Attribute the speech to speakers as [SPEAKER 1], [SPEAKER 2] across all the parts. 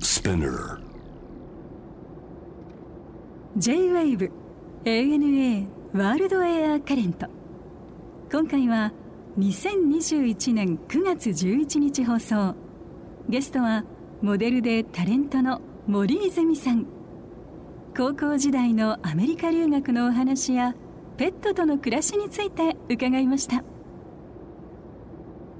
[SPEAKER 1] Spinner.
[SPEAKER 2] J-WAVE ANA ワールドエアカレント今回は2021年9月11日放送ゲストはモデルでタレントの森泉さん高校時代のアメリカ留学のお話やペットとの暮らしについて伺いました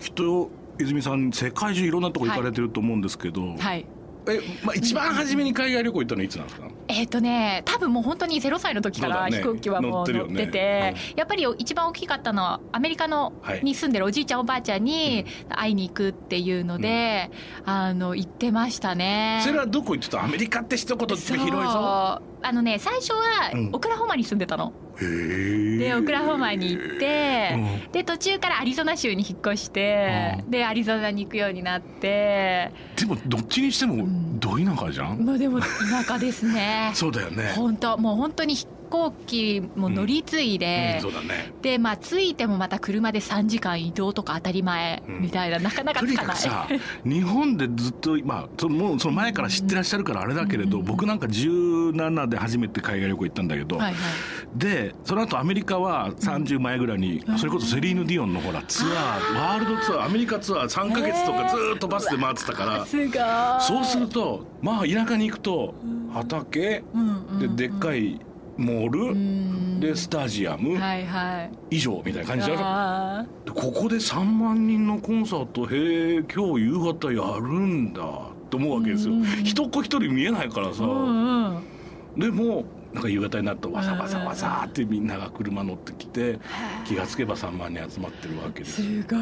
[SPEAKER 3] きっと泉さん世界中いろんなとこ行かれてると思うんですけど、
[SPEAKER 4] はい。
[SPEAKER 3] え、まあ、一番初めに海外旅行行ったのはいつなんですか、
[SPEAKER 4] えっ、とね、多分もう本当に0歳の時か
[SPEAKER 3] そ
[SPEAKER 4] ら
[SPEAKER 3] うだ
[SPEAKER 4] 飛
[SPEAKER 3] ね
[SPEAKER 4] 行機はもう乗って、
[SPEAKER 3] 乗っててるよね
[SPEAKER 4] やっぱり一番大きかったのはアメリカの、
[SPEAKER 3] はい
[SPEAKER 4] に住んでるおじいちゃんおばあちゃんに会いに行くっていうので、あの行ってましたね。
[SPEAKER 3] それはどこ行ってたアメリカって一言で広いぞ
[SPEAKER 4] そうあのね最初は
[SPEAKER 3] うん
[SPEAKER 4] オクラホマに住んでたの、
[SPEAKER 3] へー
[SPEAKER 4] でオクラホマに行って、
[SPEAKER 3] うん
[SPEAKER 4] で途中からアリゾナ州に引っ越して、
[SPEAKER 3] う
[SPEAKER 4] でアリゾナに行くようにな って
[SPEAKER 3] でもどっちにしても
[SPEAKER 4] ん
[SPEAKER 3] ど田舎じゃん、
[SPEAKER 4] まあでも田舎ですね
[SPEAKER 3] そうだよね
[SPEAKER 4] 本当もう本当に飛行機も乗り継いで、
[SPEAKER 3] うんそうだね
[SPEAKER 4] でまあ着いてもまた車で3時間移動とか当たり前
[SPEAKER 3] うん
[SPEAKER 4] みたいな、なかなか
[SPEAKER 3] と
[SPEAKER 4] つ
[SPEAKER 3] に
[SPEAKER 4] か
[SPEAKER 3] か
[SPEAKER 4] な
[SPEAKER 3] く
[SPEAKER 4] い
[SPEAKER 3] さ日本でずっと、まあ、そのもうその前から知ってらっしゃるからあれだけれど、
[SPEAKER 4] うん
[SPEAKER 3] 僕なんか17で初めて海外旅行行ったんだけど、
[SPEAKER 4] はいはい
[SPEAKER 3] でその後アメリカは30前ぐらいに、
[SPEAKER 4] うん
[SPEAKER 3] それこそセリーヌ・ディオンのほらツアーワールドツアーアメリカツアー3か月とかずーっとバスで回ってたから、
[SPEAKER 4] すごい
[SPEAKER 3] そうするとまあ田舎に行くと
[SPEAKER 4] うん
[SPEAKER 3] 畑
[SPEAKER 4] うんうんう
[SPEAKER 3] で
[SPEAKER 4] ん
[SPEAKER 3] でっかいモール、
[SPEAKER 4] うん
[SPEAKER 3] でスタジアム
[SPEAKER 4] はいはい
[SPEAKER 3] 以上みたいな感じじゃん
[SPEAKER 4] あ
[SPEAKER 3] でここで3万人のコンサートへえ今日夕方やるんだと思うわけですよ、
[SPEAKER 4] うん
[SPEAKER 3] 人っ子一人見えないからさ、
[SPEAKER 4] ーうんうん
[SPEAKER 3] でもなんか夕方になるとわざわざわざってみんなが車乗ってきて気がつけば3万人集まってるわけです
[SPEAKER 4] すご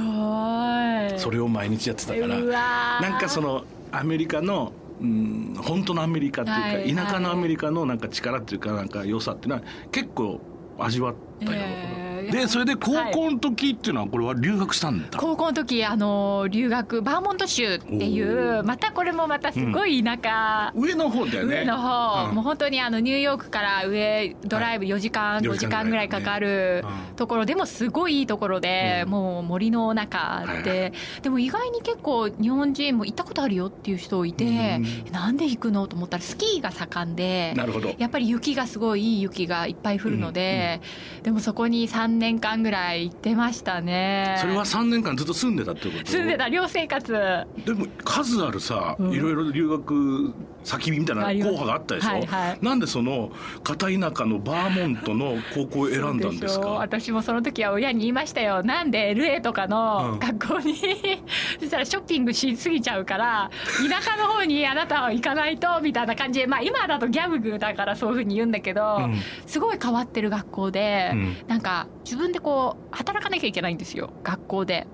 [SPEAKER 4] い
[SPEAKER 3] それを毎日やってたから
[SPEAKER 4] うわー
[SPEAKER 3] なんかそのアメリカのうん本当のアメリカって
[SPEAKER 4] はい
[SPEAKER 3] いうか
[SPEAKER 4] はい
[SPEAKER 3] 田舎のアメリカのなんか力っていうかなんか良さっていうのは結構味わったよ、
[SPEAKER 4] えー
[SPEAKER 3] でそれで高校の時っていうのはこれは留学したんだ、
[SPEAKER 4] 高校の時あの留学バーモント州ってい
[SPEAKER 3] おー
[SPEAKER 4] うまたこれもまたすごい田舎、
[SPEAKER 3] 上の方だよね
[SPEAKER 4] 上の方、
[SPEAKER 3] うん
[SPEAKER 4] もう本当にあのニューヨークから上ドライブ4時間、
[SPEAKER 3] い
[SPEAKER 4] 5時間ぐらいか
[SPEAKER 3] 4
[SPEAKER 4] か
[SPEAKER 3] 時間ぐらい
[SPEAKER 4] る
[SPEAKER 3] だねうん
[SPEAKER 4] ところでもすごいいいところで、
[SPEAKER 3] うん
[SPEAKER 4] もう森の中
[SPEAKER 3] はいは
[SPEAKER 4] で、でも意外に結構日本人も行ったことあるよっていう人いて、
[SPEAKER 3] う
[SPEAKER 4] なんで行くのと思ったらスキーが盛んで
[SPEAKER 3] なるほど
[SPEAKER 4] やっぱり雪がすごいいい雪がいっぱい降るので、でもそこに3年間ぐらい行ってましたね
[SPEAKER 3] それは3年間ずっと住んでたってこと
[SPEAKER 4] 住んでた寮生活
[SPEAKER 3] でも数あるさ、
[SPEAKER 4] うん
[SPEAKER 3] いろいろ留学先みたいな
[SPEAKER 4] あります
[SPEAKER 3] 候補があったでしょ、
[SPEAKER 4] はいはい
[SPEAKER 3] なんでその片田舎のバーモントの高校を選んだんです
[SPEAKER 4] そうしょう
[SPEAKER 3] か
[SPEAKER 4] 私もその時は親に言いましたよなんで LA とか
[SPEAKER 3] うん
[SPEAKER 4] の学校に、 そしたらショッピングしすぎちゃうから田舎の方にあなたは行かないとみたいな感じでまあ今だとギャブグだからそういうふうに言うんだけど、
[SPEAKER 3] うん
[SPEAKER 4] すごい変わってる学校で、
[SPEAKER 3] うん
[SPEAKER 4] なんか自分でこう働かなきゃいけないんですよ学校で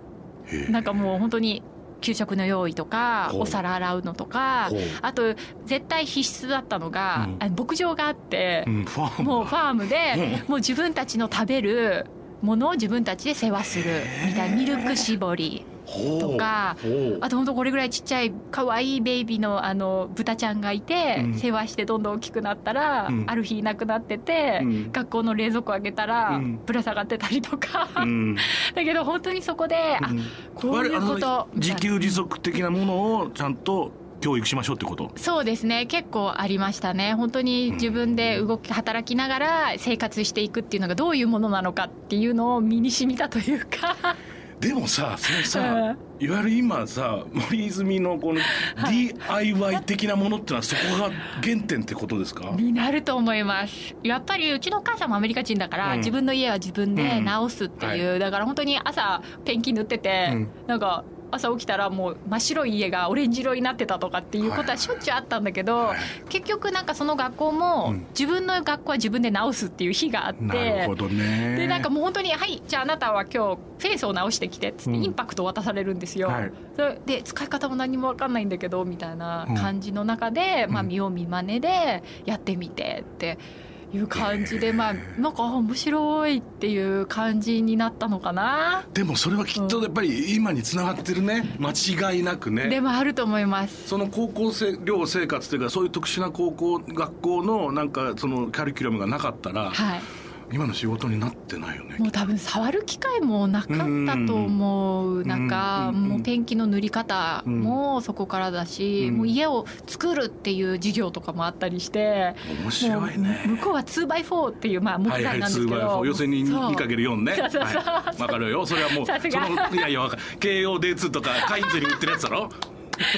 [SPEAKER 3] へえ
[SPEAKER 4] なんかもう本当に給食の用意とか
[SPEAKER 3] ほう
[SPEAKER 4] お皿洗うのとか
[SPEAKER 3] ほう
[SPEAKER 4] あと絶対必須だったのが、
[SPEAKER 3] うん
[SPEAKER 4] あの牧場があって、
[SPEAKER 3] うんファーム
[SPEAKER 4] もうファームで
[SPEAKER 3] う
[SPEAKER 4] もう自分たちの食べるものを自分たちで世話するみたいなミルク絞り
[SPEAKER 3] ほう
[SPEAKER 4] とか
[SPEAKER 3] ほう
[SPEAKER 4] あとほんとこれぐらいちっちゃい可愛いベイビーのあの豚ちゃんがいて、
[SPEAKER 3] うん
[SPEAKER 4] 世話してどんどん大きくなったら、
[SPEAKER 3] うん
[SPEAKER 4] ある日いなくなってて、
[SPEAKER 3] うん
[SPEAKER 4] 学校の冷蔵庫開けたら、
[SPEAKER 3] うん
[SPEAKER 4] ぶら下がってたりとか、
[SPEAKER 3] うん
[SPEAKER 4] だけど本当にそこで、あ
[SPEAKER 3] うん
[SPEAKER 4] こういうこ
[SPEAKER 3] 我々あ
[SPEAKER 4] と
[SPEAKER 3] の自給自足的なものをちゃんと教育しましょうってこと
[SPEAKER 4] そうですね結構ありましたね本当に自分で動き働きながら生活していくっていうのがどういうものなのかっていうのを身に染みたというか
[SPEAKER 3] でもさそのさ、いわゆる今さ森泉のこの DIY 的なものってのはそこが原点ってことですか
[SPEAKER 4] になると思いますやっぱりうちのお母さんもアメリカ人だから、
[SPEAKER 3] うん
[SPEAKER 4] 自分の家は自分で直すっていう、
[SPEAKER 3] う
[SPEAKER 4] だから本当に朝ペンキ塗ってて、
[SPEAKER 3] うん
[SPEAKER 4] なんか朝起きたらもう真っ白い家がオレンジ色になってたとかっていうことはしょっちゅうあったんだけど、
[SPEAKER 3] はい
[SPEAKER 4] 結局なんかその学校も、
[SPEAKER 3] うん
[SPEAKER 4] 自分の学校は自分で直すっていう日があって
[SPEAKER 3] なるほどね
[SPEAKER 4] でなんかもう本当に「はいじゃああなたは今日フェンスを直してきて」っつって
[SPEAKER 3] うん
[SPEAKER 4] インパクトを渡されるんですよ。
[SPEAKER 3] はい
[SPEAKER 4] それで使い方も何も分かんないんだけどみたいな感じの中で、まあ、見よう見まねでやってみてっていう感じ で、まあなんかあ面白いっていう感じになったのかな。
[SPEAKER 3] でもそれはきっとやっぱり今につながってるね間違いなく
[SPEAKER 4] で
[SPEAKER 3] ね
[SPEAKER 4] もあると思います。
[SPEAKER 3] その高校生寮生活というかそういう特殊な高校学校のなんかそのカリキュラムがなかったら、
[SPEAKER 4] はい、
[SPEAKER 3] 今の仕事になってないよね
[SPEAKER 4] もう多分触る機会もなかったと思う中、
[SPEAKER 3] うんうんうん
[SPEAKER 4] もうペンキの塗り方もそこからだし、
[SPEAKER 3] うん
[SPEAKER 4] もう家を作るっていう事業とかもあったりして、
[SPEAKER 3] 面
[SPEAKER 4] も
[SPEAKER 3] 白
[SPEAKER 4] う
[SPEAKER 3] いね
[SPEAKER 4] 向こうは 2x4 っていうまあ木
[SPEAKER 3] はいは
[SPEAKER 4] 材
[SPEAKER 3] い
[SPEAKER 4] なんです
[SPEAKER 3] 2
[SPEAKER 4] けど、
[SPEAKER 3] 倍4要するに
[SPEAKER 4] そう
[SPEAKER 3] 2×4 ね
[SPEAKER 4] そうそうそう
[SPEAKER 3] はいわかるよそれはもうそ
[SPEAKER 4] さすが
[SPEAKER 3] のいやいやわかる KOD2 とかカインズに売ってるやつだろ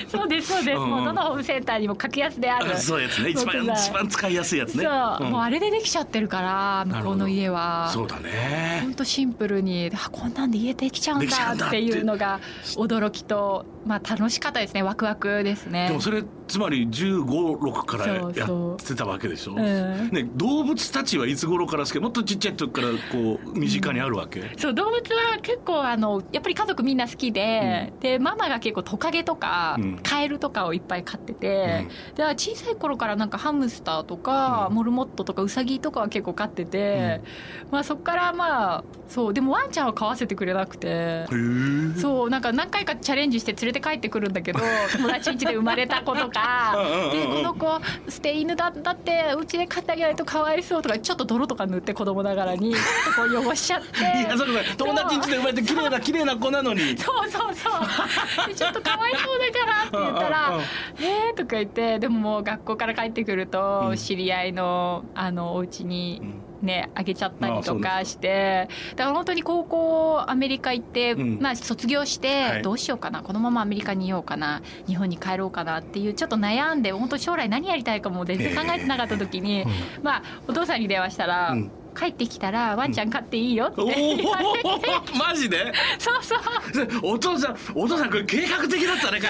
[SPEAKER 4] そうですそうです、
[SPEAKER 3] うんうん
[SPEAKER 4] もうどのホームセンターにも格安である
[SPEAKER 3] そうやつね一番
[SPEAKER 4] 木材
[SPEAKER 3] 一番使いやすいやつね
[SPEAKER 4] そう、
[SPEAKER 3] ん
[SPEAKER 4] もうあれでできちゃってるから向こうの家は
[SPEAKER 3] そうだね
[SPEAKER 4] 本当シンプルにあこんなんで家できちゃうん
[SPEAKER 3] できちゃうんだ
[SPEAKER 4] だ
[SPEAKER 3] っ
[SPEAKER 4] ってていうのが驚きと、まあ、楽しかったですねワクワクですね
[SPEAKER 3] でもそれつまり1 5 6から
[SPEAKER 4] そうそう
[SPEAKER 3] やってたわけでしょ、
[SPEAKER 4] ん
[SPEAKER 3] ね、動物たちはいつ頃からですけどもっとちっちゃい時からこう身近にあるわけ、
[SPEAKER 4] そう動物は結構あのやっぱり家族みんな好きで、でママが結構トカゲとか、
[SPEAKER 3] うん
[SPEAKER 4] カエルとかをいっぱい飼ってて、で小さい頃からなんかハムスターとか、
[SPEAKER 3] うん
[SPEAKER 4] モルモットとかウサギとかは結構飼ってて、まあ、そこからまあそうでもワンちゃんは飼わせてくれなくて。
[SPEAKER 3] うん、へえ
[SPEAKER 4] そうなんか何回かチャレンジして連れて帰ってくるんだけど友達ん家で生まれた子とかでこの子捨て犬だったってうちで飼ってあげないとかわいそうとかちょっと泥とか塗って子供なが らにちょっとこう汚しちゃっ
[SPEAKER 3] いや
[SPEAKER 4] て
[SPEAKER 3] それそれ友達ん家で生まれて綺麗な綺麗な子な のに
[SPEAKER 4] そうそうそうで ちょっとかわいそうだからって
[SPEAKER 3] う
[SPEAKER 4] 言った
[SPEAKER 3] んうん
[SPEAKER 4] ら
[SPEAKER 3] うん
[SPEAKER 4] 「えー」とか言ってでももう学校から帰ってくる
[SPEAKER 3] う
[SPEAKER 4] と
[SPEAKER 3] ん
[SPEAKER 4] 知り合いのあのお家に
[SPEAKER 3] うん
[SPEAKER 4] ね、あげちゃったりと
[SPEAKER 3] まあ
[SPEAKER 4] かして、だから本当に高校アメリカ行って、
[SPEAKER 3] うん
[SPEAKER 4] まあ卒業し
[SPEAKER 3] はい
[SPEAKER 4] てどうしようかな、このままアメリカにいようかな日本に帰ろうかなっていうちょっと悩んで本当将来何やりたいかも全然考えてなかった時に、まあお父さんに電話したら、
[SPEAKER 3] うん
[SPEAKER 4] 帰ってきたらワンちゃん飼っていいよって、
[SPEAKER 3] おおマジで
[SPEAKER 4] そうそう
[SPEAKER 3] お父さんお父さんこれ計画的だったね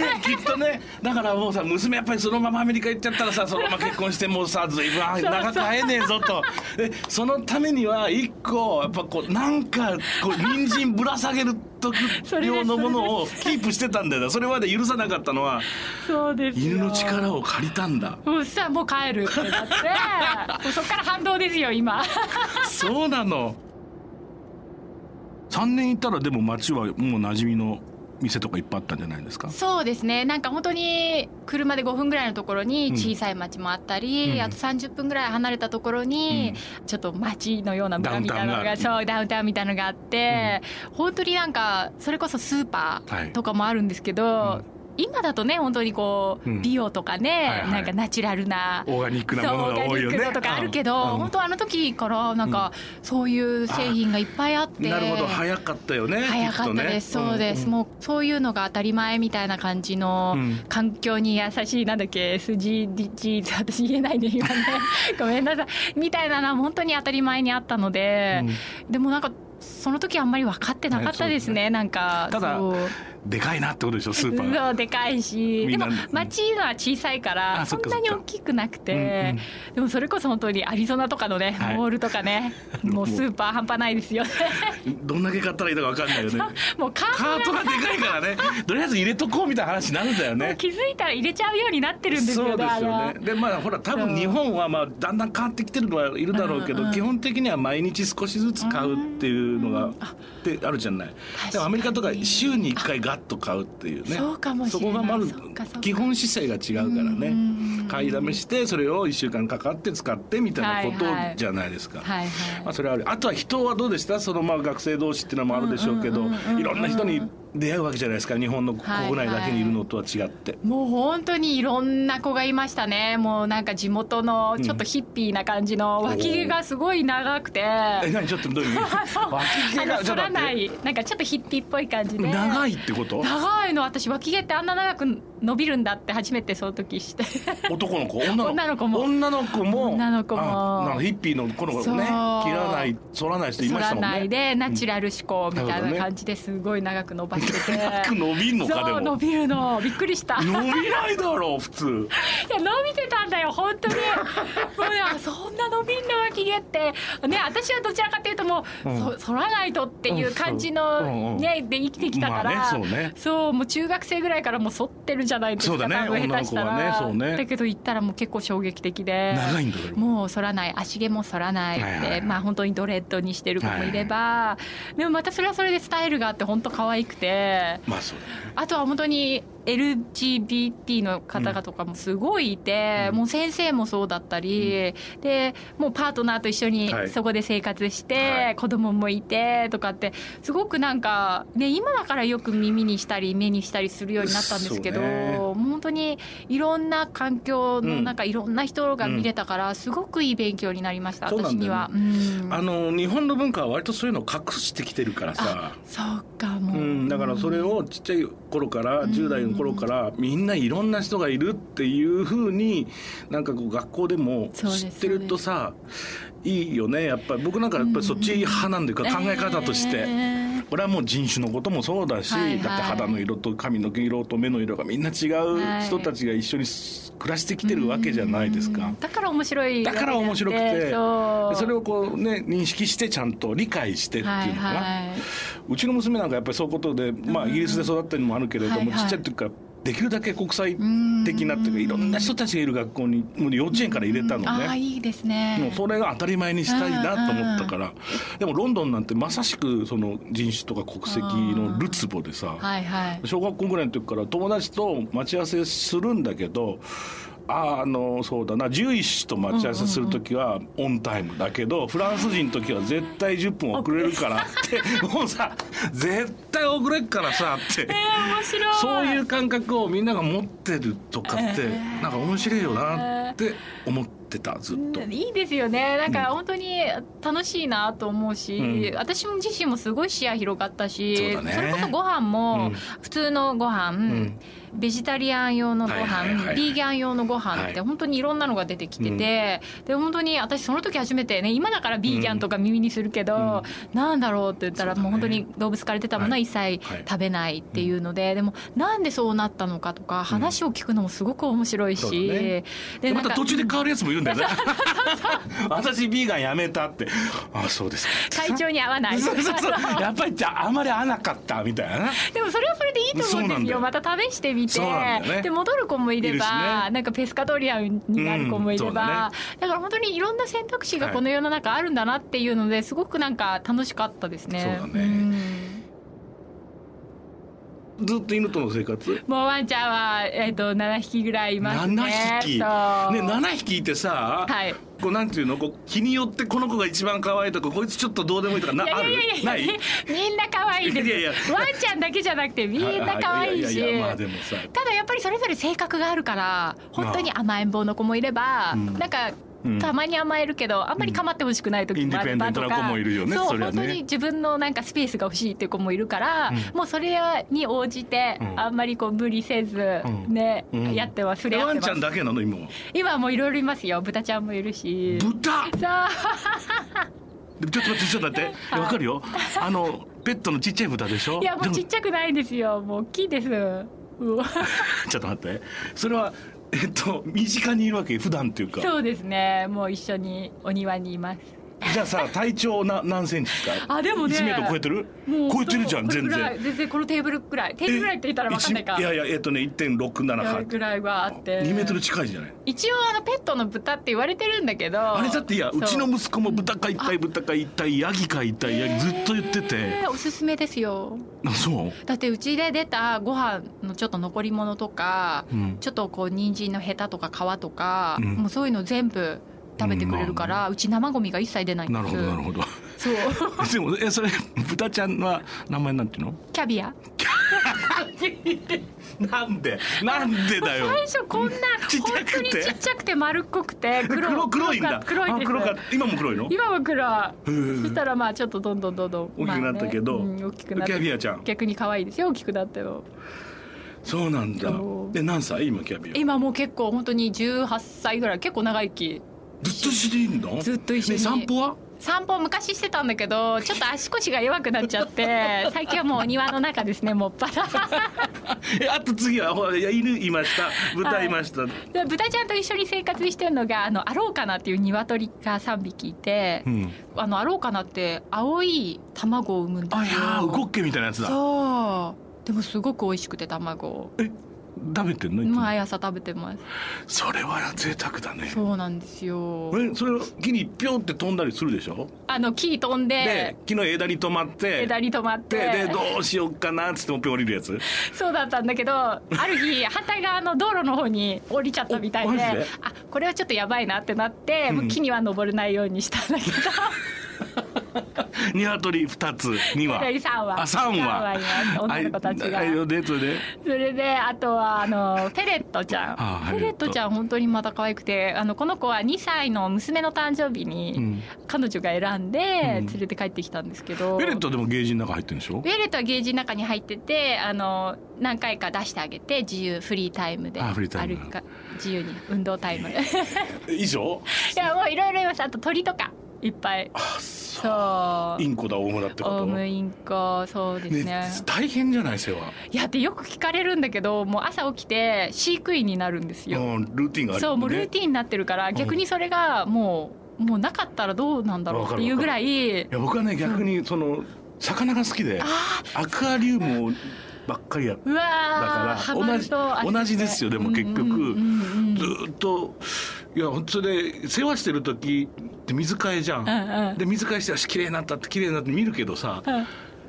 [SPEAKER 3] ねきっとねだからもうさ娘やっぱりそのままアメリカ行っちゃったらさそのまま結婚してもう さずいぶん長く会えねえぞとでそのためには一個やっぱこうなんかこう人参ぶら下げる時
[SPEAKER 4] それです
[SPEAKER 3] 用のものをキープしてたんだよなそれまで許さなかったのは
[SPEAKER 4] そうですよ
[SPEAKER 3] 犬の力を借りたんだ
[SPEAKER 4] もうさもう帰るってなってもうそっから反動ですよ今
[SPEAKER 3] そうなの3年いたらでも街はもう馴染みの店とかいっぱいあったんじゃないですか
[SPEAKER 4] そうですねなんか本当に車で5分ぐらいのところに小さい町もあったり、
[SPEAKER 3] うん
[SPEAKER 4] あと30分ぐらい離れたところに、ちょっと町のような村みたいなの
[SPEAKER 3] ダウンタウンがあ
[SPEAKER 4] が
[SPEAKER 3] る
[SPEAKER 4] そうダウンタウンみたいなのがあって、本当になんかそれこそスーパ
[SPEAKER 3] はい
[SPEAKER 4] ーとかもあるんですけど、今だとね本当にこう、
[SPEAKER 3] うん
[SPEAKER 4] 美容とかね、
[SPEAKER 3] はいはい
[SPEAKER 4] なんかナチュラルな。
[SPEAKER 3] オーガニック
[SPEAKER 4] そう
[SPEAKER 3] なものが多いよね
[SPEAKER 4] オーガニックのとかあるけど、
[SPEAKER 3] うん
[SPEAKER 4] 本当あの時からなんか、そういう製品がいっぱいあって
[SPEAKER 3] なるほど早かったよね
[SPEAKER 4] 早かったです、そうです、もうそういうのが当たり前みたいな感じの
[SPEAKER 3] うん
[SPEAKER 4] 環境に優しいなんだっけ SDGs 私言えないね今 ねごめんなさいみたいなのは本当に当たり前にあったので、でもなんかその時あんまり分かってなかったですね、なんか
[SPEAKER 3] ただ
[SPEAKER 4] そう
[SPEAKER 3] うんでかいなってことでしょスーパー
[SPEAKER 4] そうでかいし
[SPEAKER 3] み
[SPEAKER 4] で
[SPEAKER 3] んな
[SPEAKER 4] も町のは小さいか
[SPEAKER 3] あ
[SPEAKER 4] ら
[SPEAKER 3] そ
[SPEAKER 4] そ
[SPEAKER 3] っ
[SPEAKER 4] ん
[SPEAKER 3] か
[SPEAKER 4] なに
[SPEAKER 3] そっ
[SPEAKER 4] 大
[SPEAKER 3] か
[SPEAKER 4] きくなくて、
[SPEAKER 3] うん
[SPEAKER 4] でもそれこそ本当にアリゾナとかのね、
[SPEAKER 3] はい
[SPEAKER 4] モールと かねもうスーパー半端ないですよね
[SPEAKER 3] どんだけ買ったらいいのか分かんないよね
[SPEAKER 4] もうカ
[SPEAKER 3] カ
[SPEAKER 4] ー
[SPEAKER 3] ー
[SPEAKER 4] ト
[SPEAKER 3] ト
[SPEAKER 4] が
[SPEAKER 3] がでかいからねとりあえず入れとこうみたいな話になるんだよね
[SPEAKER 4] 気づいたら入れちゃうようになってるんです
[SPEAKER 3] そう
[SPEAKER 4] よね
[SPEAKER 3] で
[SPEAKER 4] あ
[SPEAKER 3] す
[SPEAKER 4] れ
[SPEAKER 3] よ
[SPEAKER 4] は
[SPEAKER 3] ねでまあほら多
[SPEAKER 4] そ
[SPEAKER 3] 分
[SPEAKER 4] う
[SPEAKER 3] 日本はまあだんだん変わってきてるのはいるだろうけど、
[SPEAKER 4] うんうん
[SPEAKER 3] 基本的には毎日少しずつ買うっていうのがってあるじゃないでもアメリカとか週に1回ガッと買うっていうね
[SPEAKER 4] そうかもしれない
[SPEAKER 3] そこがまず
[SPEAKER 4] そうかそうか
[SPEAKER 3] 基本姿勢が違うから
[SPEAKER 4] う
[SPEAKER 3] ね
[SPEAKER 4] ん
[SPEAKER 3] 買いだめしてそれを1週間かかって使ってみたいなこと
[SPEAKER 4] はいはい
[SPEAKER 3] じゃないですか、
[SPEAKER 4] はい
[SPEAKER 3] ま
[SPEAKER 4] は
[SPEAKER 3] あ、それはあるあとは人はどうでしたそのまあ学生同士っていうのもあるでしょうけど、
[SPEAKER 4] うんうんうんうんうん
[SPEAKER 3] いろんな人に出会うわけじゃないですか日本の国内だけにいるのとは違って、
[SPEAKER 4] いもう本当にいろんな子がいましたねもうなんか地元のちょっとヒッピーな感じの脇毛がすごい長く て
[SPEAKER 3] え何ちょっとどういう意味脇毛
[SPEAKER 4] あの
[SPEAKER 3] がちょ
[SPEAKER 4] 剃
[SPEAKER 3] っと
[SPEAKER 4] らな
[SPEAKER 3] 待って
[SPEAKER 4] いなんかちょっとヒッピーっぽい感じで
[SPEAKER 3] 長
[SPEAKER 4] い
[SPEAKER 3] いって こと
[SPEAKER 4] 長いの私脇毛ってあんな長く伸びるんだって初めてその時して
[SPEAKER 3] 男の子女の
[SPEAKER 4] 女の子も
[SPEAKER 3] 女の子も
[SPEAKER 4] 女の子も
[SPEAKER 3] あなんかヒッピーの頃ね
[SPEAKER 4] そう
[SPEAKER 3] 切らない剃らない人い
[SPEAKER 4] 剃
[SPEAKER 3] ました
[SPEAKER 4] ら
[SPEAKER 3] もんね
[SPEAKER 4] ないでナチュラル思考みた
[SPEAKER 3] なるほど
[SPEAKER 4] い
[SPEAKER 3] ね
[SPEAKER 4] な感じですごい長く伸ばしてて
[SPEAKER 3] 長く伸びんのか
[SPEAKER 4] そう
[SPEAKER 3] で
[SPEAKER 4] 伸
[SPEAKER 3] も
[SPEAKER 4] びるのびっくりした
[SPEAKER 3] 伸びないだろう普 通
[SPEAKER 4] いや伸びてたんだよ本当に もうねあそんな伸びんの脇毛ってね私はどちらかというともう、
[SPEAKER 3] うん
[SPEAKER 4] そ剃らないとっていう感じ
[SPEAKER 3] うんそううんう
[SPEAKER 4] の
[SPEAKER 3] ん
[SPEAKER 4] ね、で生きてきたから、
[SPEAKER 3] まあねそうね
[SPEAKER 4] もう中学生ぐらいからもう剃ってるじゃないですか
[SPEAKER 3] そうだね
[SPEAKER 4] 多分下手したら
[SPEAKER 3] 女の子はねそうね
[SPEAKER 4] だけど行ったらもう結構衝撃的で
[SPEAKER 3] 長いんだよ
[SPEAKER 4] もう剃らない足毛も剃らないって、
[SPEAKER 3] はいはいはい
[SPEAKER 4] まあ本当にドレッドにしてる子もいれば、でもまたそれはそれでスタイルがあって本当可愛くて
[SPEAKER 3] まあそうだね
[SPEAKER 4] あとは本当に LGBT の方がとかもすごいいて、
[SPEAKER 3] うん
[SPEAKER 4] もう先生もそうだったり、でもうパートナーと一緒に
[SPEAKER 3] はい
[SPEAKER 4] そこで生活して、
[SPEAKER 3] はい
[SPEAKER 4] 子供もいてとかってすごくなんか、ね、今だからよく耳にしたり目にしたりするようになったんですけど、
[SPEAKER 3] そうね
[SPEAKER 4] もう本当にいろんな環境の中、いろんな人が見れたからすごくいい勉強になりました、
[SPEAKER 3] そうな
[SPEAKER 4] 私
[SPEAKER 3] んだ
[SPEAKER 4] に
[SPEAKER 3] よね
[SPEAKER 4] は。うん
[SPEAKER 3] あの日本の文化は割とそういうのを隠してきてるからさ
[SPEAKER 4] あそうかも
[SPEAKER 3] う
[SPEAKER 4] う、
[SPEAKER 3] ん、だからそれをちっちゃい頃から
[SPEAKER 4] うん
[SPEAKER 3] 10代の頃からみんないろんな人がいるっていうふうになんかこう学校でも
[SPEAKER 4] そうです
[SPEAKER 3] 知ってるとさいいよねやっぱり僕なんかやっぱりそっち派なんでいうか考え方として。
[SPEAKER 4] えー
[SPEAKER 3] これはもう人種のこともそうだし、
[SPEAKER 4] はいはい
[SPEAKER 3] だって肌の色と髪の毛色と目の色がみんな違
[SPEAKER 4] は
[SPEAKER 3] う
[SPEAKER 4] い
[SPEAKER 3] 人たちが一緒に暮らしてきてるわけじゃないですか。
[SPEAKER 4] うんだから面白い
[SPEAKER 3] だから面白くて
[SPEAKER 4] そう
[SPEAKER 3] それをこうね認識してちゃんと理解してっていうのかな、
[SPEAKER 4] はいはいう
[SPEAKER 3] ちの娘なんかやっぱりそういうことで、まあ、
[SPEAKER 4] うん
[SPEAKER 3] イギリスで育ったのもあるけれども、
[SPEAKER 4] はいはい
[SPEAKER 3] ちっちゃい時からできるだけ国際
[SPEAKER 4] うん
[SPEAKER 3] 的なっていうかいろんな人たちがいる学校にもう幼稚園から入れたの
[SPEAKER 4] ああ
[SPEAKER 3] ね。
[SPEAKER 4] いいですね
[SPEAKER 3] もうそれが当たり前にしたいなと思ったから、でもロンドンなんてまさしくその人種とか国籍のるつぼでさ、
[SPEAKER 4] はいはい
[SPEAKER 3] 小学校ぐらいの時から友達と待ち合わせするんだけどあーあのそうだな11と待ち合わせする時はオンタイムだけど、フランス人の時は絶対10分遅れるからってもうさ絶対遅れっからさって、
[SPEAKER 4] えー、面白い
[SPEAKER 3] そういう感覚をみんなが持ってるとかって、
[SPEAKER 4] えー
[SPEAKER 3] なんか面白いよなって思ってたずっと。
[SPEAKER 4] うんいいですよねなんか本当に楽しいなと思うし、
[SPEAKER 3] う
[SPEAKER 4] 私も自身もすごい視野広がったし
[SPEAKER 3] そうだね
[SPEAKER 4] れこそご飯も
[SPEAKER 3] うん
[SPEAKER 4] 普通のご飯、
[SPEAKER 3] ん
[SPEAKER 4] ベジタリアン用のご飯、
[SPEAKER 3] はいはいはいはい
[SPEAKER 4] ビーガン用のご飯って
[SPEAKER 3] は
[SPEAKER 4] 本当にいろんなのが出てきてて、で本当に私その時初めてね今だからビーガンとか耳にするけど、なんだろうって言ったら
[SPEAKER 3] そうだね
[SPEAKER 4] もう本当に動物から出たものは一切
[SPEAKER 3] はい
[SPEAKER 4] 食べないっていうので、でもなんでそうなったのかとか話を聞くのもすごく面白いし、
[SPEAKER 3] そうだね
[SPEAKER 4] で
[SPEAKER 3] で
[SPEAKER 4] な
[SPEAKER 3] ま
[SPEAKER 4] んか
[SPEAKER 3] た途中で変わるやつもいるんだよね 私ビーガンやめたってあそうですか
[SPEAKER 4] 体調に合わない
[SPEAKER 3] そうそうそうやっぱりじゃああまり合わなかったみたいな
[SPEAKER 4] でもそれはそれでいいと思うん
[SPEAKER 3] そうな
[SPEAKER 4] で
[SPEAKER 3] ん
[SPEAKER 4] す
[SPEAKER 3] だ
[SPEAKER 4] よ
[SPEAKER 3] よ
[SPEAKER 4] また試してみて、
[SPEAKER 3] そうなんだよね
[SPEAKER 4] で戻る子もいれば
[SPEAKER 3] いるしね
[SPEAKER 4] なんかペスカトリアンになる子もいれば、
[SPEAKER 3] うんそう
[SPEAKER 4] だ
[SPEAKER 3] だ
[SPEAKER 4] から本当にいろんな選択肢が
[SPEAKER 3] はい
[SPEAKER 4] この世の中あるんだなっていうのですごくなんか楽しかったですね。
[SPEAKER 3] そうだね
[SPEAKER 4] ん
[SPEAKER 3] ずっと犬との生活ね
[SPEAKER 4] もうワンちゃんは、えっと7匹ぐらいいますね。
[SPEAKER 3] 7匹
[SPEAKER 4] そう
[SPEAKER 3] 7匹いてさ、
[SPEAKER 4] はい
[SPEAKER 3] こうなんていうのこう日によってこの子が一番可愛いとかこいつちょっとどうでもいいとかない
[SPEAKER 4] や
[SPEAKER 3] あ
[SPEAKER 4] い
[SPEAKER 3] る
[SPEAKER 4] やいやいや
[SPEAKER 3] ない
[SPEAKER 4] みんな可愛いです
[SPEAKER 3] いやいやいや
[SPEAKER 4] ワンちゃんだけじゃなくてみんな可愛いし。
[SPEAKER 3] やややまあでもさ
[SPEAKER 4] ただやっぱりそれぞれ性格があるから本当に甘えん坊の子もいれば、
[SPEAKER 3] うん
[SPEAKER 4] なんか
[SPEAKER 3] うん
[SPEAKER 4] たまに甘えるけどあんまり構ってほしくない時もあればと
[SPEAKER 3] うんインディペンデ
[SPEAKER 4] か、
[SPEAKER 3] ントな子もいるよね
[SPEAKER 4] そう
[SPEAKER 3] それはね
[SPEAKER 4] 本当に自分のなんかスペースが欲しいっていう子もいるから、
[SPEAKER 3] う
[SPEAKER 4] もうそれに応じて
[SPEAKER 3] うん
[SPEAKER 4] あんまりこう無理せず
[SPEAKER 3] うん
[SPEAKER 4] ね、
[SPEAKER 3] うん
[SPEAKER 4] やってます触
[SPEAKER 3] え
[SPEAKER 4] れ合
[SPEAKER 3] ワ
[SPEAKER 4] って
[SPEAKER 3] ン
[SPEAKER 4] ま
[SPEAKER 3] ち
[SPEAKER 4] す
[SPEAKER 3] ゃんだけなの今は
[SPEAKER 4] 今もういろいろいますよ豚ちゃんもいるし
[SPEAKER 3] 豚
[SPEAKER 4] さあ
[SPEAKER 3] でちょっと待ってちょっと待って いやわかるよあのペットのちっちゃい豚でしょ
[SPEAKER 4] いやも
[SPEAKER 3] で
[SPEAKER 4] うちっちゃくないですよもう大きいですうわ
[SPEAKER 3] ちょっと待ってそれはえっと身近にいるわけ普段っていうか
[SPEAKER 4] そうですねもう一緒にお庭にいます
[SPEAKER 3] じゃあさ体長な何センチですか
[SPEAKER 4] あでもね
[SPEAKER 3] 1メートル超えてる
[SPEAKER 4] もう
[SPEAKER 3] 超えてるじゃん
[SPEAKER 4] これ
[SPEAKER 3] 全
[SPEAKER 4] ぐら
[SPEAKER 3] 然
[SPEAKER 4] い全然このテーブルくらいテーブルくらいって言ったら分かんないか
[SPEAKER 3] え一いやいやえっとね
[SPEAKER 4] これ
[SPEAKER 3] 1.678
[SPEAKER 4] ぐらいはあって
[SPEAKER 3] 2メートル近いじゃない
[SPEAKER 4] 一応あのペットの豚って言われてるんだけど
[SPEAKER 3] あれだっていや
[SPEAKER 4] そう
[SPEAKER 3] ちの息子も豚飼いたい豚飼いたいヤギ飼いたいヤギずっと言ってて
[SPEAKER 4] えーおすすめですよ
[SPEAKER 3] あそう
[SPEAKER 4] だってうちで出たご飯のちょっと残り物とか、
[SPEAKER 3] うん
[SPEAKER 4] ちょっとこう人参のヘタとか皮とか、
[SPEAKER 3] うん
[SPEAKER 4] もうそういうの全部食べてくれるから、うち生ゴミが一切出ないんで
[SPEAKER 3] な
[SPEAKER 4] す
[SPEAKER 3] るほどなるほど
[SPEAKER 4] そう
[SPEAKER 3] でもえそれ豚ちゃんは名前なんていうの
[SPEAKER 4] キャビア
[SPEAKER 3] なんでなんでだよ
[SPEAKER 4] 最初こんな
[SPEAKER 3] ちっちゃ
[SPEAKER 4] 本当
[SPEAKER 3] く
[SPEAKER 4] に
[SPEAKER 3] て
[SPEAKER 4] ちっちゃくて丸っこくて黒
[SPEAKER 3] 黒黒いんだ
[SPEAKER 4] 黒い
[SPEAKER 3] あ
[SPEAKER 4] です
[SPEAKER 3] 黒か今も黒いの
[SPEAKER 4] 今は黒
[SPEAKER 3] ー
[SPEAKER 4] そしたらまあちょっとどんどんどんどん
[SPEAKER 3] 大きくなったけど
[SPEAKER 4] まあねうん大きくなっ
[SPEAKER 3] キャ
[SPEAKER 4] て
[SPEAKER 3] ビアちゃん
[SPEAKER 4] 逆に可愛いですよ大きくなっても
[SPEAKER 3] そうなんだ
[SPEAKER 4] そう
[SPEAKER 3] で何歳今キャビア
[SPEAKER 4] 今もう結構本当に18歳ぐらい結構長生き
[SPEAKER 3] ずっと一緒にいるの
[SPEAKER 4] ずっと一緒
[SPEAKER 3] ね
[SPEAKER 4] に
[SPEAKER 3] 散歩は
[SPEAKER 4] 散歩昔してたんだけどちょっと足腰が弱くなっちゃって 最近はもうお庭の中ですねもっぱら
[SPEAKER 3] えあと次はほらいや犬いました
[SPEAKER 4] は
[SPEAKER 3] 豚
[SPEAKER 4] い
[SPEAKER 3] いました、
[SPEAKER 4] で豚ちゃんと一緒に生活してるのがあのアローカナっていう鶏が3匹いて、
[SPEAKER 3] ん
[SPEAKER 4] あのアローカナって青い卵を産むんですよ
[SPEAKER 3] あいやーウコッケみたいなやつだ
[SPEAKER 4] そうでもすごく美味しくて卵
[SPEAKER 3] え食べてんのいつも、
[SPEAKER 4] まあ毎朝食べてます
[SPEAKER 3] それは贅沢だね
[SPEAKER 4] そうなんですよ
[SPEAKER 3] えそれを木にピョンって飛んだりするでしょ
[SPEAKER 4] あの木飛ん
[SPEAKER 3] で
[SPEAKER 4] で
[SPEAKER 3] 木の枝に止まって
[SPEAKER 4] 枝に止まって
[SPEAKER 3] ででどうしようかなっつってもピョン降りるや つ
[SPEAKER 4] そうだったんだけどある日反対側の道路の方に降りちゃったみたい
[SPEAKER 3] お
[SPEAKER 4] で
[SPEAKER 3] マジで
[SPEAKER 4] あこれはちょっとやばいなってなって、もう木には登れないようにしたんだけど
[SPEAKER 3] 鶏二つ二 羽
[SPEAKER 4] 鶏三羽
[SPEAKER 3] あ三
[SPEAKER 4] 三
[SPEAKER 3] 羽
[SPEAKER 4] 羽います女の子たちが
[SPEAKER 3] あいあいよねそれで
[SPEAKER 4] それであとはあのフェレットちゃん
[SPEAKER 3] あ
[SPEAKER 4] フェレットちゃん本当にまた可愛くてあのこの子は2歳の娘の誕生日
[SPEAKER 3] う
[SPEAKER 4] に
[SPEAKER 3] ん
[SPEAKER 4] 彼女が選んで
[SPEAKER 3] うん
[SPEAKER 4] 連れて帰ってきたんですけど、
[SPEAKER 3] ベレットでもゲージの中入ってるんでしょ
[SPEAKER 4] ウェルトはゲージの中に入っててあの何回か出してあげて自由フリータイムで
[SPEAKER 3] あフリータイム
[SPEAKER 4] 歩くか自由に運動タイムい
[SPEAKER 3] 以上
[SPEAKER 4] やもういろいろいますあと鳥とかいっぱい
[SPEAKER 3] あそう
[SPEAKER 4] そう
[SPEAKER 3] インコだ大村ってこ
[SPEAKER 4] オウ
[SPEAKER 3] と
[SPEAKER 4] ムインコそうですね
[SPEAKER 3] 大変じゃない世話
[SPEAKER 4] いやってよく聞かれるんだけどもう朝起きて飼育員になるんですよ、
[SPEAKER 3] うんルーティンがある
[SPEAKER 4] そうもうルー
[SPEAKER 3] ィ
[SPEAKER 4] ティンになってるから逆にそれがもうもうなかったらどうなんだろうっていうぐらい
[SPEAKER 3] ンいや僕はね逆にその魚が好きで
[SPEAKER 4] あ
[SPEAKER 3] アクアリウムをばっかりやって
[SPEAKER 4] ーう
[SPEAKER 3] だ
[SPEAKER 4] わ
[SPEAKER 3] か
[SPEAKER 4] ー
[SPEAKER 3] ら
[SPEAKER 4] ハマ
[SPEAKER 3] 同
[SPEAKER 4] る
[SPEAKER 3] じ
[SPEAKER 4] とあれね
[SPEAKER 3] 同じですよでも結局、
[SPEAKER 4] うんうんうんうん
[SPEAKER 3] ずーっといや本当で世話してる時って水替えじゃん、
[SPEAKER 4] うんうん
[SPEAKER 3] で水替えしてよし綺麗になったって綺麗になって見るけどさ、
[SPEAKER 4] うん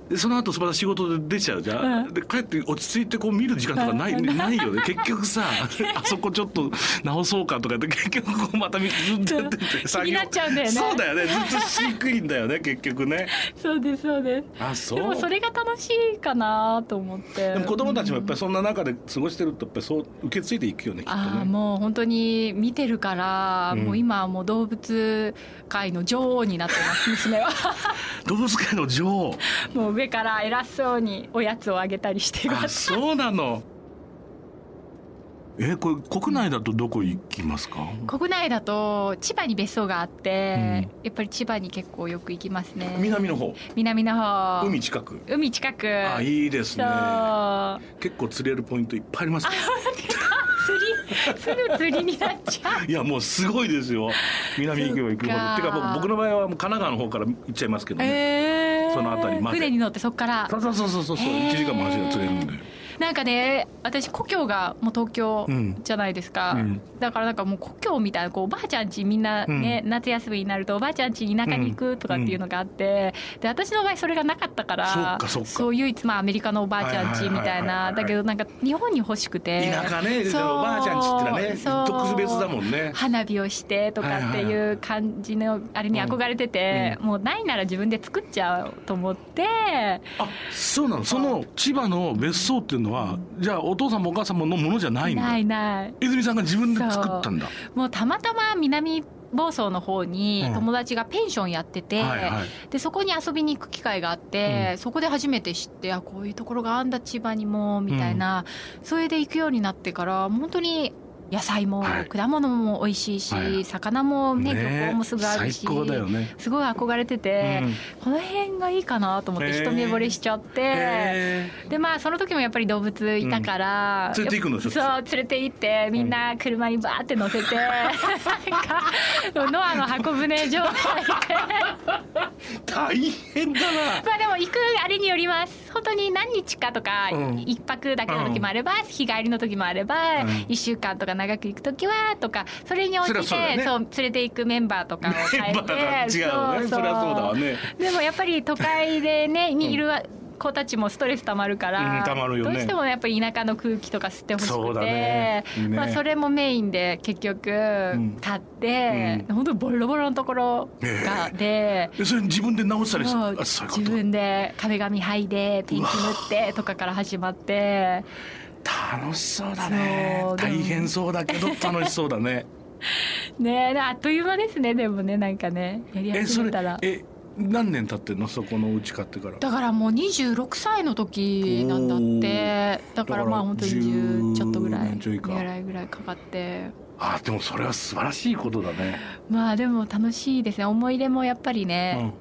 [SPEAKER 3] でその後また仕事で出ちゃうじゃん、
[SPEAKER 4] う
[SPEAKER 3] で帰って落ち着いてこう見る時間とかない,、ないよね結局さ あそこちょっと直そうかとかって結局こうまた見ずっとやってて
[SPEAKER 4] 気になっちゃうんだよね
[SPEAKER 3] そうだよねずっと飼育員だよね結局ね
[SPEAKER 4] そうですそうです
[SPEAKER 3] あそう
[SPEAKER 4] でもそれが楽しいかなと思って
[SPEAKER 3] でも子供たちもやっぱりそんな中で過ごしてるとやっぱりそう受け継いでいくよねきっと
[SPEAKER 4] ああ
[SPEAKER 3] ね
[SPEAKER 4] もう本当に見てるから、
[SPEAKER 3] うん
[SPEAKER 4] もう今はもう動物界の女王になってます娘は
[SPEAKER 3] 動物界の女王
[SPEAKER 4] もう上から偉そうにおやつをあげたりしてま
[SPEAKER 3] あ
[SPEAKER 4] す
[SPEAKER 3] そうなのえこれ国内だとどこ行きますか
[SPEAKER 4] 国内だと千葉に別荘があって、
[SPEAKER 3] う
[SPEAKER 4] やっぱり千葉に結構よく行きますね
[SPEAKER 3] 南の方
[SPEAKER 4] 南の方
[SPEAKER 3] 海近く
[SPEAKER 4] 海近く
[SPEAKER 3] あいいです
[SPEAKER 4] そ
[SPEAKER 3] ね
[SPEAKER 4] う
[SPEAKER 3] 結構釣れるポイントいっぱいありますよ
[SPEAKER 4] 釣り すぐ釣りになっちゃう
[SPEAKER 3] いやもうすごいですよ南行けば行くほど
[SPEAKER 4] そっ
[SPEAKER 3] て
[SPEAKER 4] か
[SPEAKER 3] か僕僕の場合はもう神奈川の方から行っちゃいますけどね、
[SPEAKER 4] えー
[SPEAKER 3] その辺りまで
[SPEAKER 4] 船に乗ってそこから
[SPEAKER 3] そうそうそうそうそう、
[SPEAKER 4] へー
[SPEAKER 3] 1時間も走れば釣れるんで
[SPEAKER 4] なんかね私故郷がもう東京
[SPEAKER 3] うん
[SPEAKER 4] じゃないですか、
[SPEAKER 3] うん
[SPEAKER 4] だからなんかもう故郷みたいなこうおばあちゃん家みんなね、夏休みになるとおばあちゃん家田舎に行くとかっていうのがあって、で私の場合それがなかったから
[SPEAKER 3] そっかそっか
[SPEAKER 4] う唯一まあアメリカのおばあちゃん家みたい
[SPEAKER 3] は
[SPEAKER 4] ない
[SPEAKER 3] はいはいはいはい
[SPEAKER 4] だけどなんか日本に欲しくて
[SPEAKER 3] 田舎ねで
[SPEAKER 4] そう
[SPEAKER 3] おばあちゃん家ってのはね
[SPEAKER 4] そう
[SPEAKER 3] 特別だもんね
[SPEAKER 4] 花火をしてとかって
[SPEAKER 3] はいはい
[SPEAKER 4] いう感じのあれに憧れてて、もうないなら自分で作っちゃおうと思って
[SPEAKER 3] あそうなのその千葉の別荘っていうのはじゃあお父さんもお母さんものものじゃないんだ
[SPEAKER 4] ないない
[SPEAKER 3] 泉さんが自分で作ったんだ
[SPEAKER 4] もうたまたま南房総の方に
[SPEAKER 3] うん
[SPEAKER 4] 友達がペンションやってて、
[SPEAKER 3] はいはい
[SPEAKER 4] でそこに遊びに行く機会があって、そこで初めて知ってあこういうところがあんだ千葉にもみたいな、それで行くようになってから本当に野菜も
[SPEAKER 3] はい
[SPEAKER 4] 果物も美味しいし、
[SPEAKER 3] はい
[SPEAKER 4] 魚もね
[SPEAKER 3] え
[SPEAKER 4] 漁港もすぐあるし
[SPEAKER 3] 最高だよね、
[SPEAKER 4] すごい憧れてて、
[SPEAKER 3] うん
[SPEAKER 4] この辺がいいかなと思って
[SPEAKER 3] へー
[SPEAKER 4] 一目惚れしちゃって。
[SPEAKER 3] へ
[SPEAKER 4] でまあその時もやっぱり動物いたから、
[SPEAKER 3] うん連れて行くの
[SPEAKER 4] やっぱそう連れて行ってみんな車にバーって乗せて、なんかノアの箱舟状態で
[SPEAKER 3] ー大変だ な
[SPEAKER 4] まあでも行くあれによります本当に何日かとか、
[SPEAKER 3] うん
[SPEAKER 4] 一泊だけの時もあれば、日帰りの時もあれば、
[SPEAKER 3] うん
[SPEAKER 4] 一週間とか長く行く時はとかそれに応じて
[SPEAKER 3] そ
[SPEAKER 4] そ
[SPEAKER 3] りゃそうだよ
[SPEAKER 4] う,、
[SPEAKER 3] ね
[SPEAKER 4] 連れて行くメンバーとかを変え
[SPEAKER 3] メ
[SPEAKER 4] て
[SPEAKER 3] ンバーが違うねそりゃそうだわね
[SPEAKER 4] でもやっぱり都会でねにいる子たちもストレスたまるから、
[SPEAKER 3] うんたまるよね
[SPEAKER 4] どうしてもやっぱり田舎の空気とか吸ってほしくて
[SPEAKER 3] そうだねね
[SPEAKER 4] まあ、それもメインで結局
[SPEAKER 3] ん
[SPEAKER 4] 買って、本当にボロボロのところが、で。
[SPEAKER 3] え それ自分で直したりし
[SPEAKER 4] もう
[SPEAKER 3] あそういうこ
[SPEAKER 4] 自
[SPEAKER 3] と
[SPEAKER 4] 分で壁紙剥いでペンキ塗ってとかから始まって
[SPEAKER 3] 楽しそうだね
[SPEAKER 4] そうでも
[SPEAKER 3] 大変そうだけど楽しそうだね
[SPEAKER 4] ねえあっという間ですねでもねなんかね やり
[SPEAKER 3] え
[SPEAKER 4] 始
[SPEAKER 3] そ
[SPEAKER 4] め
[SPEAKER 3] れ
[SPEAKER 4] たら
[SPEAKER 3] え何年経ってんのそこのお家買ってから
[SPEAKER 4] だからもう26歳の時なんだってだからまあ本当に10ちょっとぐら
[SPEAKER 3] 10
[SPEAKER 4] い
[SPEAKER 3] 年ちょいか
[SPEAKER 4] ぐらいぐらいかかって
[SPEAKER 3] あでもそれは素晴らしいことだね、
[SPEAKER 4] まあでも楽しいですね思い出もやっぱり
[SPEAKER 3] う
[SPEAKER 4] ね、
[SPEAKER 3] ん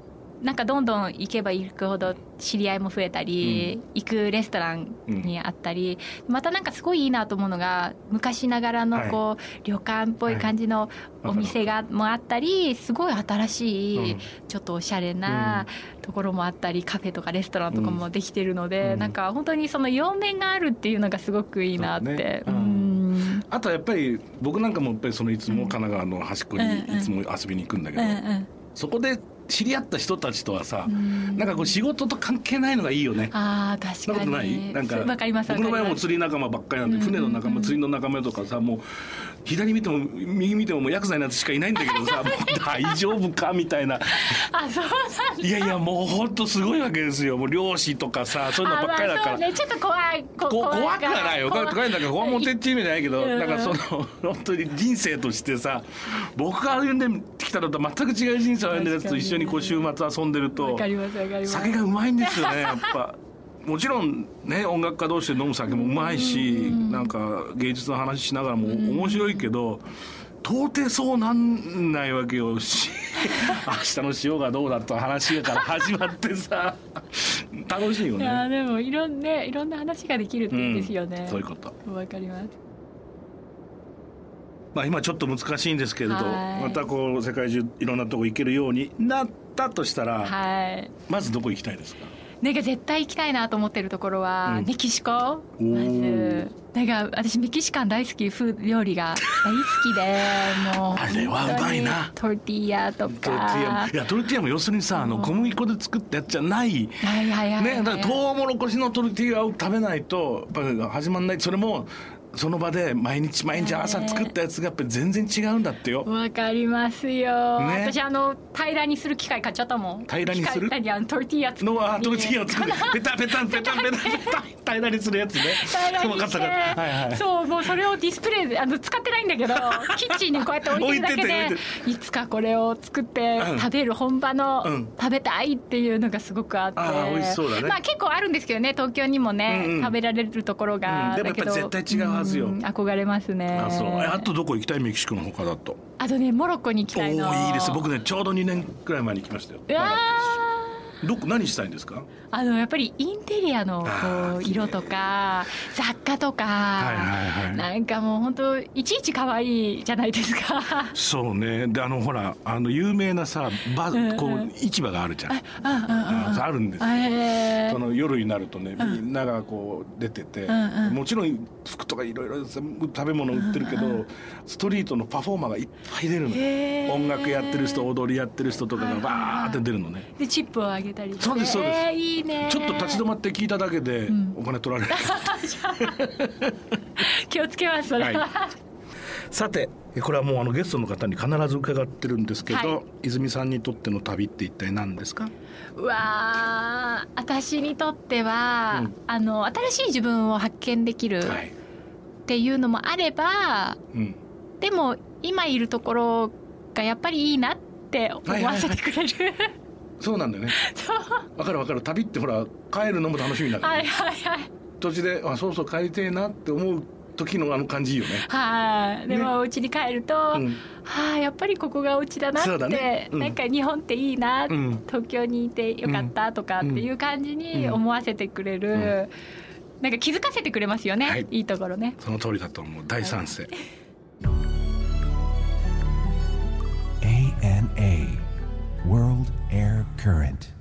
[SPEAKER 4] なんかどんどん行けば行くほど知り合いも増えたり、行くレストランにあったり、またなんかすごいいいなと思うのが昔ながらのこう、旅館っぽい感じのお店がもあったりすごい新しい、
[SPEAKER 3] うん
[SPEAKER 4] ちょっとおしゃれなところもあったりカフェとかレストランとかもできてるので、
[SPEAKER 3] うん
[SPEAKER 4] なんか本当にその両面があるっていうのがすごくいいなって。
[SPEAKER 3] そうねうん
[SPEAKER 4] うん
[SPEAKER 3] あとはやっぱり僕なんかもやっぱりそのいつも神奈川の端っこに
[SPEAKER 4] うんうん
[SPEAKER 3] いつも遊びに行くんだけ
[SPEAKER 4] う
[SPEAKER 3] ど、
[SPEAKER 4] んうん
[SPEAKER 3] そこで知り合った人たちとはさ、
[SPEAKER 4] うん
[SPEAKER 3] なんかこう仕事と関係ないのがいいよね。
[SPEAKER 4] あー
[SPEAKER 3] そん
[SPEAKER 4] 確
[SPEAKER 3] なこ
[SPEAKER 4] か
[SPEAKER 3] と
[SPEAKER 4] に
[SPEAKER 3] ないなんか
[SPEAKER 4] わかりますわ
[SPEAKER 3] 僕の
[SPEAKER 4] かります
[SPEAKER 3] 場合はもう釣り仲間ばっかりなんで、
[SPEAKER 4] うん
[SPEAKER 3] 船の仲
[SPEAKER 4] うんう
[SPEAKER 3] 間
[SPEAKER 4] ん
[SPEAKER 3] 釣りの仲間とかさもう左見ても右見てももうヤクザになってしかいないんだけど さもう大丈夫かみたいな
[SPEAKER 4] あそうなんだ
[SPEAKER 3] いやいやもうほんとすごいわけですよもう漁師とかさそういうのばっかりだから。
[SPEAKER 4] あまあそうねちょっと怖い
[SPEAKER 3] こ
[SPEAKER 4] こ
[SPEAKER 3] 怖くはないよ
[SPEAKER 4] 怖
[SPEAKER 3] 怖くないんだけど怖もてっていう意味じゃないけど
[SPEAKER 4] うん
[SPEAKER 3] なんかその本当に人生としてさ僕が歩んできたのと全く違う人生を歩んでるやつと一緒にこう週末遊んでる
[SPEAKER 4] わ
[SPEAKER 3] と
[SPEAKER 4] かりますわかります
[SPEAKER 3] 酒がうまいんですよねやっぱ。もちろんね音楽家同士で飲む酒もうまいしなんか芸術の話しながらも面白いけど到底そうなんないわけよ し明日の塩がどうだった話から始まってさ楽しいよ
[SPEAKER 4] いや
[SPEAKER 3] ね。
[SPEAKER 4] でもいろんねいろんな話ができるっていいですよね、
[SPEAKER 3] そういうこと
[SPEAKER 4] わかります
[SPEAKER 3] まあ、今ちょっと難しいんですけれど
[SPEAKER 4] はい
[SPEAKER 3] またこう世界中いろんなとこ行けるようになったとしたら、
[SPEAKER 4] はい
[SPEAKER 3] まずどこ行きたいですか
[SPEAKER 4] なんか絶対行きたいなと思ってるところは、
[SPEAKER 3] うん
[SPEAKER 4] メキシコ
[SPEAKER 3] お
[SPEAKER 4] ま
[SPEAKER 3] ー
[SPEAKER 4] ずなんか私メキシカン大好き風料理が大 好きでもう
[SPEAKER 3] あれはうまいな
[SPEAKER 4] 本当にトルティーヤと
[SPEAKER 3] トルティーヤ
[SPEAKER 4] か
[SPEAKER 3] いやトルティーヤも要するにさあの小麦粉で作ったやつじゃない、
[SPEAKER 4] はいはいはい、
[SPEAKER 3] ね、だからトウモロコシのトルティーヤを食べないとやっぱり始まんないそれもその場で毎日毎日朝作ったやつがやっぱり全然違うんだってよ。
[SPEAKER 4] わかりますよ、
[SPEAKER 3] ね
[SPEAKER 4] 私あの平らにする機械買っちゃったもん
[SPEAKER 3] 平らにする
[SPEAKER 4] 機械何あのトルティーヤ作る
[SPEAKER 3] のはトルティーヤを 作るペタペタペタペタペタ平らにするやつね。
[SPEAKER 4] 平らに
[SPEAKER 3] 分かっ
[SPEAKER 4] して
[SPEAKER 3] たからはいはい
[SPEAKER 4] そうもうそれをディスプレイであの使ってないんだ けどキッチンにこうやって置いてるだけ
[SPEAKER 3] 置いてて置い
[SPEAKER 4] でいつかこれを作って
[SPEAKER 3] うん
[SPEAKER 4] 食べる本場の
[SPEAKER 3] うん
[SPEAKER 4] 食べたいっていうのがすごくあって、
[SPEAKER 3] あー美味しそうだね
[SPEAKER 4] まあ結構あるんですけどね東京にもね、
[SPEAKER 3] うんうん
[SPEAKER 4] 食べられるところが、
[SPEAKER 3] うんでもやっぱり
[SPEAKER 4] だけど
[SPEAKER 3] 絶対違うはずよ
[SPEAKER 4] ん憧れますね
[SPEAKER 3] あそうえあとどこ行きたいメキシコの他だと。
[SPEAKER 4] あとねモロッコに行き
[SPEAKER 3] おお
[SPEAKER 4] たいの
[SPEAKER 3] ーいいです僕ねちょうど2年くらい前に来ましたよ。
[SPEAKER 4] うわー
[SPEAKER 3] どこ何したいんですか？
[SPEAKER 4] あのやっぱりインテリア
[SPEAKER 3] あ
[SPEAKER 4] のこ
[SPEAKER 3] ー
[SPEAKER 4] う色とか雑貨とか、
[SPEAKER 3] いはいはい
[SPEAKER 4] なんかもう本当いちいち可愛いじゃないです か
[SPEAKER 3] そうねであのほらあの有名なさバ
[SPEAKER 4] うん
[SPEAKER 3] こう市場があるじゃん。ああるんですよ。
[SPEAKER 4] え
[SPEAKER 3] そ
[SPEAKER 4] ー
[SPEAKER 3] の夜になるとね、みんながこう出てて、
[SPEAKER 4] んうん
[SPEAKER 3] もちろん服とかいろいろ食べ物売ってるけど、ストリートのパフォーマーがいっぱい出るの
[SPEAKER 4] へ
[SPEAKER 3] よ
[SPEAKER 4] ー
[SPEAKER 3] 音楽やってる人踊りやってる人とか
[SPEAKER 4] は
[SPEAKER 3] が
[SPEAKER 4] いはいはい
[SPEAKER 3] バーって出るのね、
[SPEAKER 4] でチップをあげたりして
[SPEAKER 3] そうですそうです
[SPEAKER 4] えーいいね
[SPEAKER 3] ちょっと立ち止まって聞いただけで
[SPEAKER 4] ん
[SPEAKER 3] お金取られる、
[SPEAKER 4] 気をつけますそれは、
[SPEAKER 3] さてこれはもうあのゲストの方に必ず伺ってるんですけど、
[SPEAKER 4] はい
[SPEAKER 3] 泉さんにとっての旅って一体何ですか
[SPEAKER 4] うわー私にとっては、
[SPEAKER 3] うん
[SPEAKER 4] あの新しい自分を発見できる
[SPEAKER 3] は
[SPEAKER 4] っ
[SPEAKER 3] い、
[SPEAKER 4] ていうのもあれば、
[SPEAKER 3] うん、
[SPEAKER 4] でも今いるところがやっぱりいいなって思わせてくれる
[SPEAKER 3] そうなんだよね
[SPEAKER 4] そう
[SPEAKER 3] わかるわかる旅ってほら帰るのも楽しみだから、
[SPEAKER 4] は
[SPEAKER 3] ね
[SPEAKER 4] いはいはい
[SPEAKER 3] 途中であそうそう帰りてえなって思う時のあの感じいいよね
[SPEAKER 4] はいでもお家に帰ると、
[SPEAKER 3] うん
[SPEAKER 4] はあやっぱりここがお家だな
[SPEAKER 3] そう
[SPEAKER 4] って、
[SPEAKER 3] だねうん
[SPEAKER 4] なんか日本っていいな、
[SPEAKER 3] うん
[SPEAKER 4] 東京にいてよかったとかっていう感じに思わせてくれる、
[SPEAKER 3] うん
[SPEAKER 4] なんか気づかせてくれますよね、
[SPEAKER 3] はい
[SPEAKER 4] い、いところね
[SPEAKER 3] その通りだと思う大賛成、
[SPEAKER 1] ANA, World Air Current.